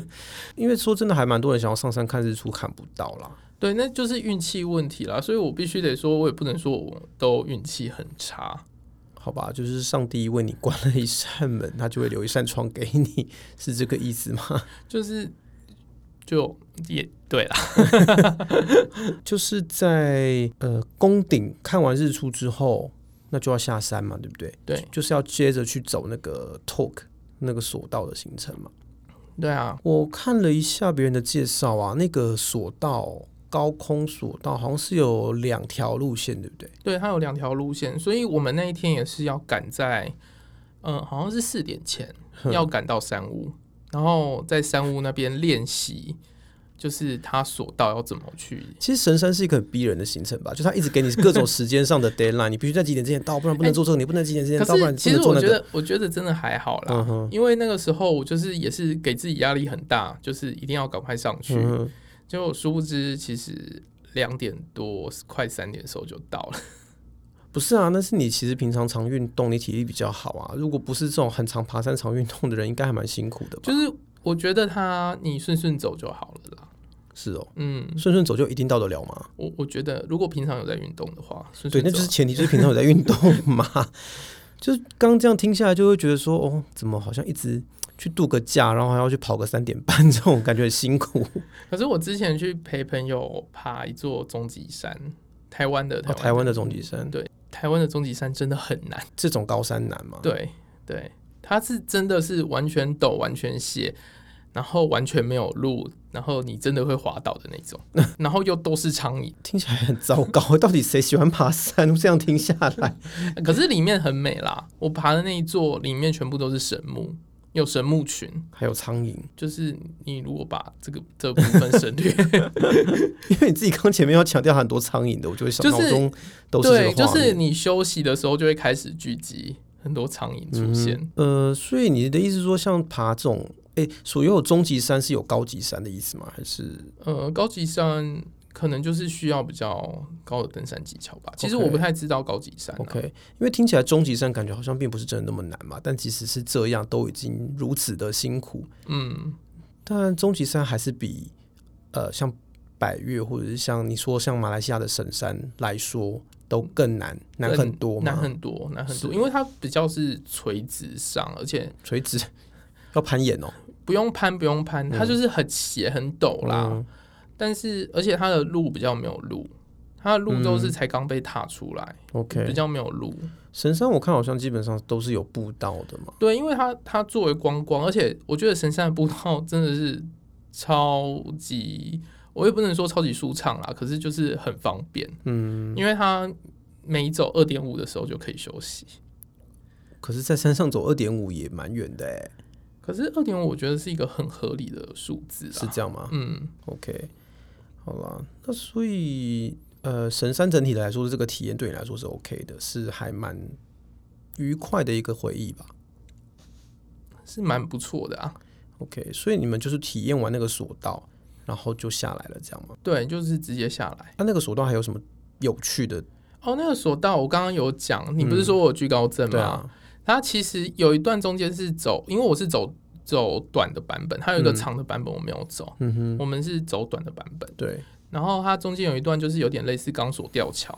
Speaker 2: 因为说真的，还蛮多人想要上山看日出，看不到啦。
Speaker 1: 对，那就是运气问题啦，所以我必须得说，我也不能说我都运气很差。
Speaker 2: 好吧，就是上帝为你关了一扇门，他就会留一扇窗给你，是这个意思吗？
Speaker 1: 就是就也对啦，
Speaker 2: 就是在呃宫顶看完日出之后，那就要下山嘛，对不对？
Speaker 1: 对
Speaker 2: 就是要接着去走那个 Talk 那个索道的行程嘛。
Speaker 1: 对啊，
Speaker 2: 我看了一下别人的介绍啊，那个索道高空索道好像是有两条路线，对不对？
Speaker 1: 对，它有两条路线，所以我们那一天也是要赶在，嗯，好像是四点前
Speaker 2: 哼
Speaker 1: 要赶到山屋，然后在山屋那边练习，就是他所到要怎么去。
Speaker 2: 其实神山是一个很逼人的行程吧，就他一直给你各种时间上的 deadline，你必须在几点之前到，不然不能做这个，你不能几点之前
Speaker 1: 可
Speaker 2: 到，不然
Speaker 1: 是
Speaker 2: 你
Speaker 1: 其实
Speaker 2: 不能做
Speaker 1: 我
Speaker 2: 那
Speaker 1: 觉
Speaker 2: 个。
Speaker 1: 得，啊我觉得真的还好啦，
Speaker 2: 嗯哼，
Speaker 1: 因为那个时候我就是也是给自己压力很大，就是一定要赶快上去。
Speaker 2: 嗯哼
Speaker 1: 结果殊不知，其实两点多快三点的时候就到了。
Speaker 2: 不是啊，那是你其实平常常运动，你体力比较好啊。如果不是这种很常爬山、常运动的人，应该还蛮辛苦的吧？
Speaker 1: 就是我觉得他你顺顺走就好了啦。
Speaker 2: 是哦，
Speaker 1: 嗯，
Speaker 2: 顺顺走就一定到得了吗？
Speaker 1: 我我觉得如果平常有在运动的话，顺
Speaker 2: 对，
Speaker 1: 顺
Speaker 2: 那
Speaker 1: 走
Speaker 2: 就是前提就是平常有在运动嘛。 就是刚这样听下来，就会觉得说，哦，怎么好像一直去度个假，然后还要去跑个三点半，这种感觉很辛苦。
Speaker 1: 可是我之前去陪朋友爬一座终极山，台湾的
Speaker 2: 哦台湾的终嗯极山，
Speaker 1: 对台湾的终极山真的很难。
Speaker 2: 这种高山难嘛？，
Speaker 1: 对对，它是真的是完全陡、完全斜，然后完全没有路，然后你真的会滑倒的那 种，然后又都是苍蝇。
Speaker 2: 听起来很糟糕。 到底谁喜欢爬山？这样听下来，
Speaker 1: 可是里面很美啦，我爬的那一座里面全部都是神木，有神木群，
Speaker 2: 还有苍蝇，
Speaker 1: 就是你如果把这个这部分省略，
Speaker 2: 因为你自己刚前面要强调很多苍蝇的，我就会想
Speaker 1: 就是
Speaker 2: 脑中都是这
Speaker 1: 对，
Speaker 2: 个
Speaker 1: 就
Speaker 2: 画面
Speaker 1: 是你休息的时候就会开始聚集很多苍蝇出现。
Speaker 2: 呃，所以你的意思是说，像爬这种，哎、所有终极山是有高级山的意思吗？还是
Speaker 1: 呃，高级山可能就是需要比较高的登山技巧吧。其实
Speaker 2: OK
Speaker 1: 我不太知道高级山、啊
Speaker 2: OK，因为听起来终极山感觉好像并不是真的那么难嘛，但即使是这样，都已经如此的辛苦，
Speaker 1: 嗯，
Speaker 2: 但终极山还是比呃像百越或者是像你说像马来西亚的神山来说都更难，难很多嘛，
Speaker 1: 难很多，难很多，
Speaker 2: 是
Speaker 1: 因为它比较是垂直上，而且
Speaker 2: 垂直要攀岩哦，
Speaker 1: 不用攀，不用攀，它就是很斜很陡啦。
Speaker 2: 嗯
Speaker 1: 但是而且它的路比较没有路，它的路都是才刚被踏出来，比
Speaker 2: 嗯，OK，
Speaker 1: 较没有路。
Speaker 2: 神山我看好像基本上都是有步道的嘛，
Speaker 1: 对，因为它它作为观光，而且我觉得神山的步道 真的是超级，我也不能说超级舒畅啦，可是就是很方便，
Speaker 2: 嗯，
Speaker 1: 因为它每走二点五的时候就可以休息。
Speaker 2: 可是，在山上走二点五也蛮远的哎，
Speaker 1: 可是二点五我觉得是一个很合理的数字啦，
Speaker 2: 是这样吗？
Speaker 1: 嗯，
Speaker 2: OK，好啦，那所以呃，神山整体的来说，这个体验对你来说是 OK 的，是还蛮愉快的一个回忆吧。
Speaker 1: 是蛮不错的啊。
Speaker 2: OK，所以你们就是体验完那个索道，然后就下来了，这样吗？啊
Speaker 1: 对，就是直接下来。
Speaker 2: 那、那个索道还有什么有趣的？
Speaker 1: 哦，那个索道我刚刚有讲，你不是说我有惧高症吗？
Speaker 2: 嗯对啊，
Speaker 1: 它其实有一段中间是走，因为我是走走短的版本，它有一个
Speaker 2: 嗯
Speaker 1: 长的版本我没有走，
Speaker 2: 嗯哼，
Speaker 1: 我们是走短的版本。
Speaker 2: 对，
Speaker 1: 然后它中间有一段就是有点类似钢索吊桥，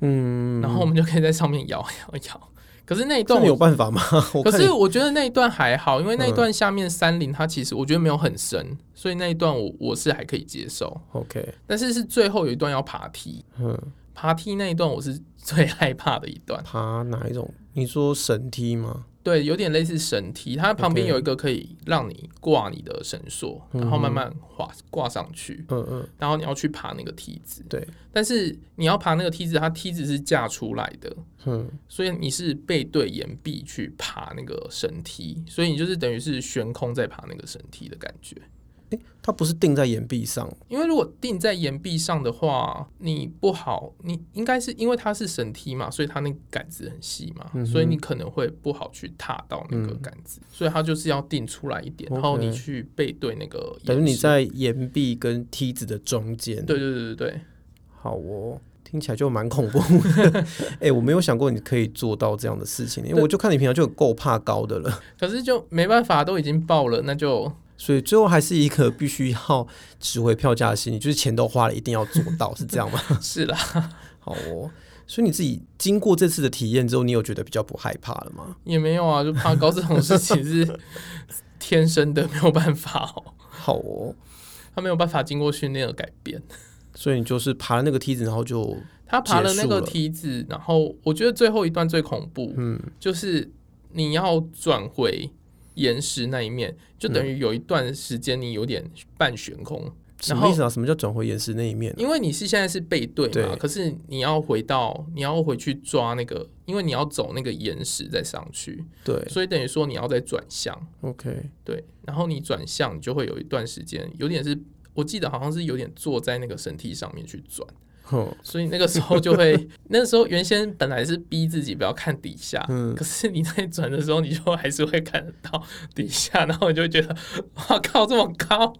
Speaker 2: 嗯，
Speaker 1: 然后我们就可以在上面摇摇摇。可是那一
Speaker 2: 这
Speaker 1: 段
Speaker 2: 你有
Speaker 1: 我，
Speaker 2: 办法吗？ 我
Speaker 1: 可
Speaker 2: 看
Speaker 1: 是
Speaker 2: 你
Speaker 1: 我觉得那一段还好，因为那一段下面山林它其实我觉得没有很深，所以那一段我我是还可以接受。
Speaker 2: OK，
Speaker 1: 但是是最后有一段要爬梯，
Speaker 2: 嗯，
Speaker 1: 爬梯那一段我是最害怕的一段。
Speaker 2: 爬哪一种？你说绳梯吗？
Speaker 1: 对，有点类似绳梯，它旁边
Speaker 2: OK
Speaker 1: 有一个可以让你挂你的绳索，然后慢慢滑挂上去，
Speaker 2: 嗯嗯，
Speaker 1: 然后你要去爬那个梯子。
Speaker 2: 对，
Speaker 1: 但是你要爬那个梯子，它梯子是架出来的，
Speaker 2: 嗯，
Speaker 1: 所以你是背对岩壁去爬那个绳梯，所以你就是等于是悬空在爬那个绳梯的感觉。
Speaker 2: 它不是定在岩壁上，
Speaker 1: 因为如果定在岩壁上的话，你不好，你应该是因为它是绳梯嘛，所以它那个杆子很细嘛，
Speaker 2: 嗯哼嗯
Speaker 1: 所以你可能会不好去踏到那个杆子，所以它就是要定出来一点，
Speaker 2: OK
Speaker 1: 然后你去背对那个岩石。
Speaker 2: 等于你在岩壁跟梯子的中间。
Speaker 1: 对对对对对，
Speaker 2: 好哦，听起来就蛮恐怖 的。哎、我没有想过你可以做到这样的事情，因为
Speaker 1: 对
Speaker 2: 我就看你平常就有够怕高的了，
Speaker 1: 可是就没办法，都已经爆了，那就
Speaker 2: 所以最后还是一个必须要值回票价的心理，就是钱都花了，一定要做到，是这 样吗？
Speaker 1: 是啦，
Speaker 2: 好哦，所以你自己经过这次的体验之后，你有觉得比较不害怕了吗？
Speaker 1: 也没有啊，就怕高这种事情 是天生的，没有办法哦，
Speaker 2: 好哦，
Speaker 1: 他没有办法经过训练而改变。
Speaker 2: 所以你就是爬了那个梯子，然后就
Speaker 1: 他爬了那
Speaker 2: 结束
Speaker 1: 个
Speaker 2: 了
Speaker 1: 梯子，然后我觉得最后一段最恐怖，嗯，就是你要转回岩石那一面，就等于有一段时间你有点半悬空，
Speaker 2: 什
Speaker 1: 然
Speaker 2: 么
Speaker 1: 后
Speaker 2: 意思啊？什么叫转回岩石那一面？
Speaker 1: 因为你是现在是背对嘛，
Speaker 2: 对
Speaker 1: 可是你要回到你要回去抓那个，因为你要走那个岩石再上去，
Speaker 2: 对
Speaker 1: 所以等于说你要再转向，
Speaker 2: ，OK，
Speaker 1: 对，然后你转向你就会有一段时间，有点是我记得好像是有点坐在那个绳梯上面去转。
Speaker 2: 哼，
Speaker 1: 所以那个时候就 会，那时候原先本来是逼自己不要看底下，
Speaker 2: 嗯
Speaker 1: 可是你在转的时候，你就还是会看得到底下，然后你就会觉得，哇靠，这么高，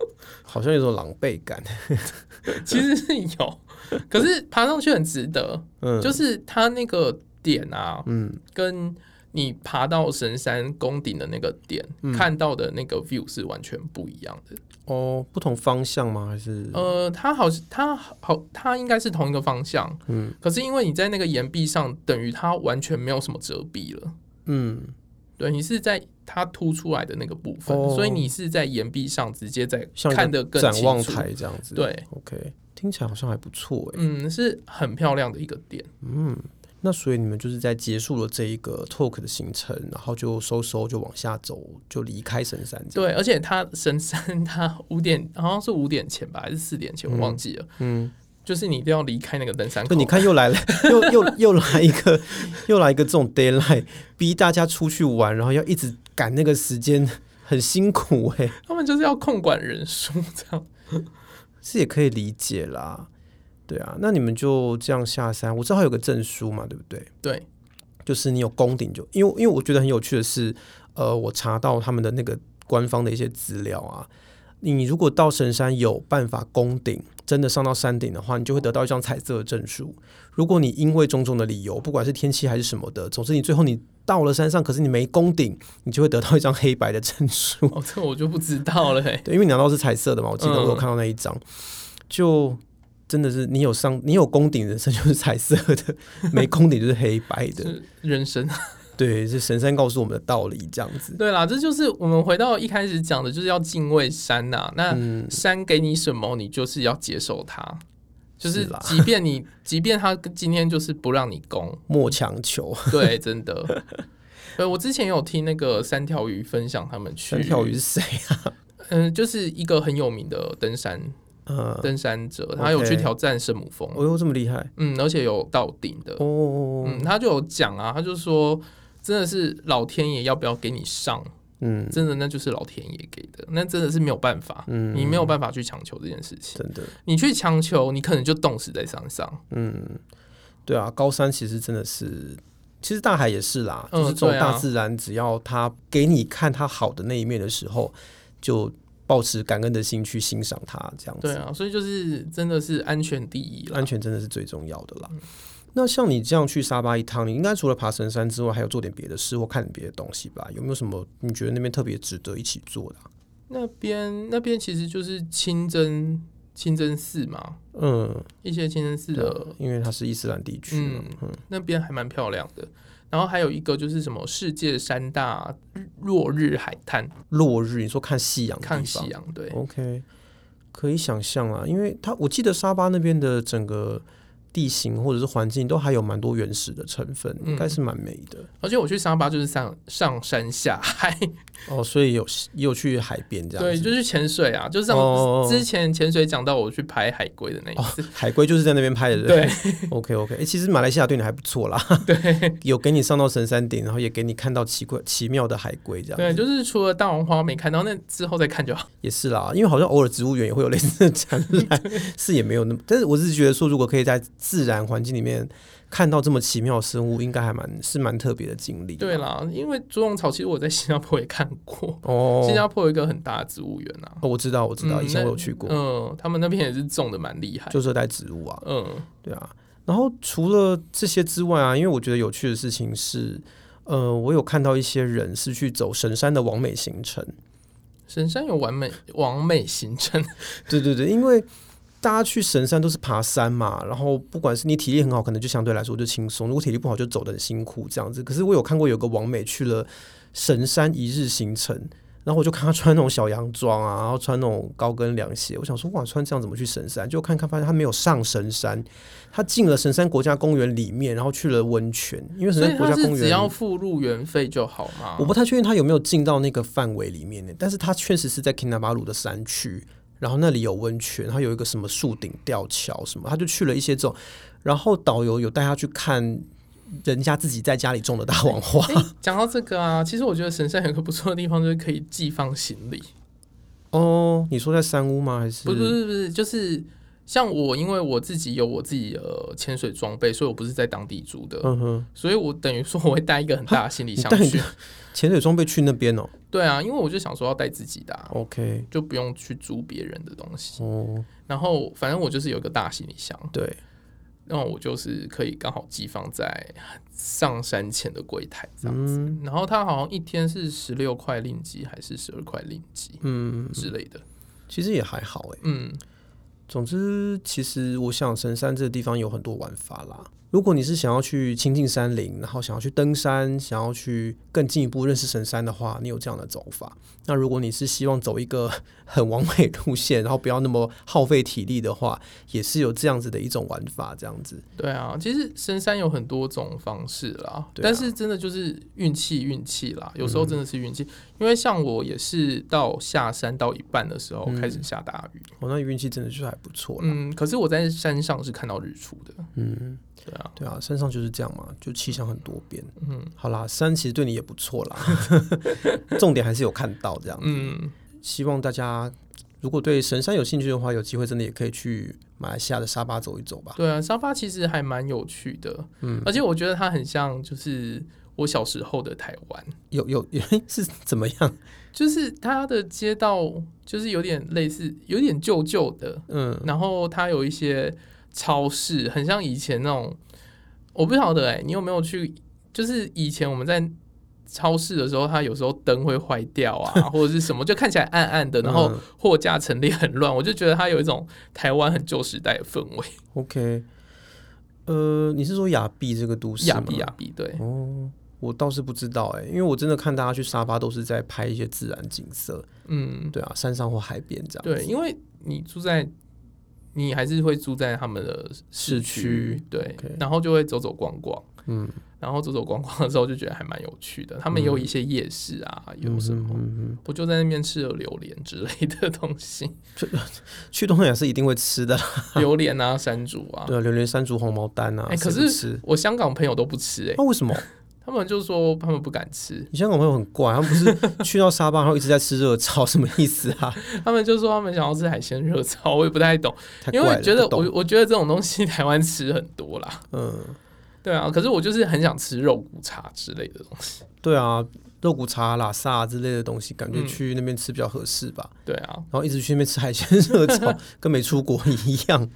Speaker 2: 好像有种狼狈感。
Speaker 1: 其实是有，可是爬上去很值得，
Speaker 2: 嗯，
Speaker 1: 就是它那个点啊，
Speaker 2: 嗯，
Speaker 1: 跟你爬到神山宫顶的那个点、
Speaker 2: 嗯
Speaker 1: 看到的那个 view 是完全不一样的。
Speaker 2: 哦，不同方向吗？还是
Speaker 1: 呃，它好，它好，它应该是同一个方向，
Speaker 2: 嗯
Speaker 1: 可是因为你在那个岩壁上，等于它完全没有什么遮蔽了。
Speaker 2: 嗯。
Speaker 1: 对你是在它凸出来的那个部分，
Speaker 2: 哦
Speaker 1: 所以你是在岩壁上直接在
Speaker 2: 像一个
Speaker 1: 看得更
Speaker 2: 展
Speaker 1: 清
Speaker 2: 望
Speaker 1: 楚。
Speaker 2: 台这样子。
Speaker 1: 对，
Speaker 2: ，OK，听起来好像还不错哎。
Speaker 1: 嗯，是很漂亮的一个点。
Speaker 2: 嗯，那所以你们就是在结束了这一个 talk 的行程，然后就收收就往下走，就离开神山这样。
Speaker 1: 对，而且它神山 它五点好像是五点前吧，还是四点前，我忘记了。
Speaker 2: 嗯，
Speaker 1: 就是你一定要离开那个登山口
Speaker 2: 就。你看又来了， 又又又来一个， 又来一个这种 d a y l i g h t 逼大家出去玩，然后要一直赶那个时间，很辛苦 哎。
Speaker 1: 他们就是要控管人数这样。
Speaker 2: 是也可以理解啦。对啊，那你们就这样下山。我知道还有个证书嘛，对不对？
Speaker 1: 对，
Speaker 2: 就是你有攻顶就，因为因为我觉得很有趣的是，呃，我查到他们的那个官方的一些资料啊，你如果到神山有办法攻顶，真的上到山顶的话，你就会得到一张彩色的证书。如果你因为种种的理由，不管是天气还是什么的，总之你最后你到了山上，可是你没攻顶，你就会得到一张黑白的证书。
Speaker 1: 哦，这我就不知道了、欸。
Speaker 2: 对，因为你拿到是彩色的嘛，我记得
Speaker 1: 嗯
Speaker 2: 我有看到那一张，就真的是你有上，你有攻顶，人生就是彩色的；没攻顶就是黑白的。
Speaker 1: 是人生。
Speaker 2: 对，是神山告诉我们的道理，这样子。
Speaker 1: 对啦，这就是我们回到一开始讲的，就是要敬畏山呐、那
Speaker 2: 嗯，
Speaker 1: 山给你什么，你就是要接受它。就是
Speaker 2: 是啦，
Speaker 1: 即便你， 即便他今天就是不让你 攻，
Speaker 2: 莫强求。
Speaker 1: 对，真的。对，我之前有听那个三条鱼分享他们去
Speaker 2: 三条鱼，是谁啊？
Speaker 1: 嗯，就是一个很有名的登山
Speaker 2: 呃，
Speaker 1: 登山者，他有去
Speaker 2: OK
Speaker 1: 挑战圣母峰，
Speaker 2: 哦哟，这么厉害
Speaker 1: 嗯，而且有到顶的，
Speaker 2: 哦。
Speaker 1: 嗯，他就有讲啊，他就说真的是老天爷要不要给你上，
Speaker 2: 嗯，
Speaker 1: 真的那就是老天爷给的，那真的是没有办法，
Speaker 2: 嗯
Speaker 1: 你没有办法去强求这件事情，
Speaker 2: 真的，
Speaker 1: 你去强求，你可能就冻死在山上，
Speaker 2: 嗯，对啊，高山其实真的是，其实大海也是啦，
Speaker 1: 嗯
Speaker 2: 就是这种
Speaker 1: 对啊
Speaker 2: 大自然，只要它给你看它好的那一面的时候，就保持感恩的心去欣赏它，这样子。
Speaker 1: 对啊，所以就是真的是安全第一了
Speaker 2: 安，全真的是最重要的啦。
Speaker 1: 嗯
Speaker 2: 那像你这样去沙巴一趟，你应该除了爬神山之外，还有做点别的事或看点别的东西吧？有没有什么你觉得那边特别值得一起做的啊、
Speaker 1: 那边那边其实就是清真清真寺嘛，
Speaker 2: 嗯，
Speaker 1: 一些清真寺
Speaker 2: 对啊
Speaker 1: 的
Speaker 2: 因为它是伊斯兰地区嘛，嗯
Speaker 1: 那边还蛮漂亮的。然后还有一个就是什么世界三大日落日海滩，
Speaker 2: 落日，你说看夕阳的地方，
Speaker 1: 看夕阳，对，
Speaker 2: OK，可以想象啦，因为它我记得沙巴那边的整个地形或者是环境都还有蛮多原始的成分，
Speaker 1: 嗯
Speaker 2: 应该是蛮美的
Speaker 1: 而且我去沙巴就是上上山下海，
Speaker 2: 哦。所以有也有去海边这样
Speaker 1: 对，
Speaker 2: 子，
Speaker 1: 就是潜水啊，就是上、
Speaker 2: 哦哦哦哦
Speaker 1: 之前潜水讲到我去拍海龟的那一次，
Speaker 2: 海龟就是在那边拍的。
Speaker 1: 对
Speaker 2: ，OK OK，哎、其实马来西亚对你还不错啦，
Speaker 1: 对
Speaker 2: 有给你上到神山顶，然后也给你看到奇怪奇妙的海龟这样子。
Speaker 1: 对，就是除了大王花没看到，那之后再看就好。
Speaker 2: 也是啦，因为好像偶尔植物园也会有类似的展览，是也没有那么，但是我是觉得说，如果可以在自然环境里面看到这么奇妙的生物，应该还蛮是蛮特别的经历。啊
Speaker 1: 对啦，因为猪笼草其实我在新加坡也看过，
Speaker 2: 哦，
Speaker 1: 新加坡有一个很大的植物园啊，
Speaker 2: 哦，我知道，我知道，
Speaker 1: 嗯
Speaker 2: 以前
Speaker 1: 那
Speaker 2: 我有去过，
Speaker 1: 嗯，他们那边也是种的蛮厉害，
Speaker 2: 就是带植物啊，
Speaker 1: 嗯
Speaker 2: 对啊。然后除了这些之外啊，因为我觉得有趣的事情是，呃，我有看到一些人是去走神山的完美行程，
Speaker 1: 神山有完美完美行 程，
Speaker 2: 对对对，因为。大家去神山都是爬山嘛，然后不管是你体力很好，可能就相对来说就轻松；如果体力不好，就走的很辛苦这样子。可是我有看过有个网美去了神山一日行程，然后我就看她穿那种小洋装啊，然后穿那种高跟凉鞋，我想说哇，穿这样怎么去神山？就看看发现她没有上神山，她进了神山国家公园里面，然后去了温泉，因为神
Speaker 1: 所以
Speaker 2: 山国
Speaker 1: 他
Speaker 2: 家
Speaker 1: 是
Speaker 2: 公
Speaker 1: 只
Speaker 2: 园
Speaker 1: 要付入园费就好嘛
Speaker 2: 我。不太确定他有没有进到那个范围里面呢，但是他确实是在 Kinabalu 的山区，然后那里有温泉，它有一个什么树顶吊桥什么，他就去了一些这种，然后导游有带他去看人家自己在家里种的大王花，
Speaker 1: 诶讲到这个啊，其实我觉得神山有个不错的地方，就是可以寄放行李。
Speaker 2: 哦，你说在山屋吗？还是
Speaker 1: 不是不是不是，就是像我，因为我自己有我自己的潜水装备，所以我不是在当地租的，
Speaker 2: 嗯哼，
Speaker 1: 所以我等于说我会带一个很大的行李箱
Speaker 2: 你带
Speaker 1: 去。
Speaker 2: 潜水装备去那边哦
Speaker 1: 对啊，因为我就想说要带自己的、啊，
Speaker 2: ，OK，
Speaker 1: 就不用去租别人的东西。
Speaker 2: 哦，
Speaker 1: 然后反正我就是有一个大行李箱，
Speaker 2: 对，
Speaker 1: 那我就是可以刚好寄放在上山前的柜台这样子。
Speaker 2: 嗯
Speaker 1: 然后它好像一天是十六块令吉还是十二块令吉
Speaker 2: 嗯，
Speaker 1: 之类的，
Speaker 2: 其实也还好哎。
Speaker 1: 嗯。
Speaker 2: 总之，其实我想神山这个地方有很多玩法啦。如果你是想要去亲近山林，然后想要去登山，想要去更进一步认识神山的话，你有这样的走法。那如果你是希望走一个很完美路线，然后不要那么耗费体力的话，也是有这样子的一种玩法。这样子，
Speaker 1: 对啊，其实深山有很多种方式啦，
Speaker 2: 对啊嗯
Speaker 1: 但是真的就是运气运气啦，有时候真的是运气，因为像我也是到下山到一半的时候
Speaker 2: 嗯
Speaker 1: 开始下大雨，
Speaker 2: 我、哦那运气真的是还不错啦。
Speaker 1: 嗯可是我在山上是看到日出的，
Speaker 2: 嗯，
Speaker 1: 对啊，
Speaker 2: 对啊，山上就是这样嘛，就气象很多变。
Speaker 1: 嗯
Speaker 2: 好啦，山其实对你也不错 啦，重点还是有看到这样子。
Speaker 1: 嗯，
Speaker 2: 希望大家如果对神山有兴趣的话，有机会真的也可以去马来西亚的沙巴走一走吧。
Speaker 1: 对啊，沙发其实还蛮有趣的，嗯，而且我觉得它很像就是我小时候的台湾，
Speaker 2: 有有 是怎么样？
Speaker 1: 就是它的街道就是有点类似，有点旧旧的，
Speaker 2: 嗯，
Speaker 1: 然后它有一些超市，很像以前那种，我不晓得哎、你有没有去？就是以前我们在超市的时候，它有时候灯会坏掉 啊，或者是什么，就看起来暗暗的，然后
Speaker 2: 嗯
Speaker 1: 货架陈列很乱，我就觉得它有一种台湾很旧时代的氛围。
Speaker 2: OK，呃，你是说亚庇这个都市
Speaker 1: 亚啊
Speaker 2: 吗
Speaker 1: 比亚比，对，
Speaker 2: 哦，我倒是不知道哎、因为我真的看大家去沙巴都是在拍一些自然景色，
Speaker 1: 嗯，
Speaker 2: 对啊，山上或海边这样子。
Speaker 1: 对，因为你住在，你还是会住在他们的市
Speaker 2: 市区
Speaker 1: 区，对
Speaker 2: OK
Speaker 1: 然后就会走走逛逛。
Speaker 2: 嗯，
Speaker 1: 然后走走逛逛的时候，就觉得还蛮有趣的。他们也有一些夜市啊，有什么
Speaker 2: 嗯嗯
Speaker 1: 我就在那边吃了榴莲之类的东 西，
Speaker 2: 嗯去东南亚是一定会吃的啦，
Speaker 1: 榴莲啊、山竹啊。
Speaker 2: 对啊，榴莲山竹、红毛丹啊。
Speaker 1: 哎、可
Speaker 2: 谁不
Speaker 1: 是
Speaker 2: 吃
Speaker 1: 我香港朋友都不吃、哎，
Speaker 2: 那、为什么？
Speaker 1: 他们就说他们不敢吃，
Speaker 2: 你香港朋友很怪，他们不是去到沙巴然后一直在吃热炒，什么意思啊？
Speaker 1: 他们就说他们想要吃海鲜热炒，我也不太懂，
Speaker 2: 太
Speaker 1: 因
Speaker 2: 怪
Speaker 1: 为
Speaker 2: 了，
Speaker 1: 觉得
Speaker 2: 不懂
Speaker 1: 我我觉得这种东西 台湾吃很多啦，
Speaker 2: 嗯，
Speaker 1: 对啊，可是我就是很想吃肉骨茶之类的东西，
Speaker 2: 对啊，肉骨茶、拉萨之类的东西，感觉
Speaker 1: 嗯
Speaker 2: 去那边吃比较合适吧。
Speaker 1: 对啊，
Speaker 2: 然后一直去那边吃海鲜热 炒，跟没出国一样。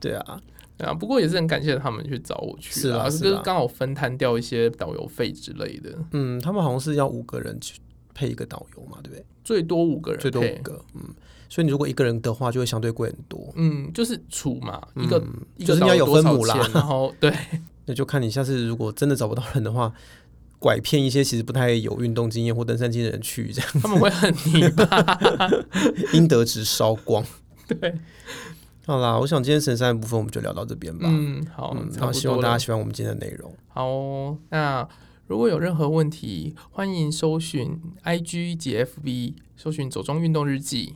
Speaker 2: 对啊，
Speaker 1: 对啊，不过也是很感谢他们去找我去
Speaker 2: 是啊
Speaker 1: 就是
Speaker 2: 啊
Speaker 1: 刚好分摊掉一些导游费之类的，
Speaker 2: 嗯，他们好像是要五个人去配一个导游嘛，对不对？
Speaker 1: 最多五个人，
Speaker 2: 最多五，个，嗯，所以你如果一个人的话，就会相对贵很多。
Speaker 1: 嗯，就是除嘛，一个、
Speaker 2: 嗯
Speaker 1: 一
Speaker 2: 就
Speaker 1: 个
Speaker 2: 是你
Speaker 1: 导
Speaker 2: 要
Speaker 1: 游
Speaker 2: 有
Speaker 1: 多
Speaker 2: 分
Speaker 1: 少
Speaker 2: 母啦
Speaker 1: 钱，然后 对。
Speaker 2: 那就看你下次如果真的找不到人的话，拐骗一些其实不太有运动经验或登山经验的人去，这样
Speaker 1: 他们会恨你吧？
Speaker 2: 应得值烧光。
Speaker 1: 对，
Speaker 2: 好啦，我想今天神山的部分我们就聊到这边吧。
Speaker 1: 嗯，好，
Speaker 2: 嗯，
Speaker 1: 差
Speaker 2: 那
Speaker 1: 不
Speaker 2: 希望
Speaker 1: 多
Speaker 2: 大家
Speaker 1: 了。
Speaker 2: 喜欢我们今天的内容。
Speaker 1: 好哦，那如果有任何问题，欢迎搜寻 IG 及 FB，搜寻“走中运动日记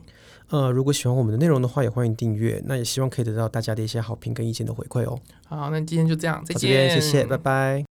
Speaker 2: 呃，如果喜欢我们的内容的话，也欢迎订阅。那也希望可以得到大家的一些好评跟意见的回馈哦。”。
Speaker 1: 好，那今天就这样，再
Speaker 2: 好这边
Speaker 1: 见，
Speaker 2: 谢谢，拜。拜。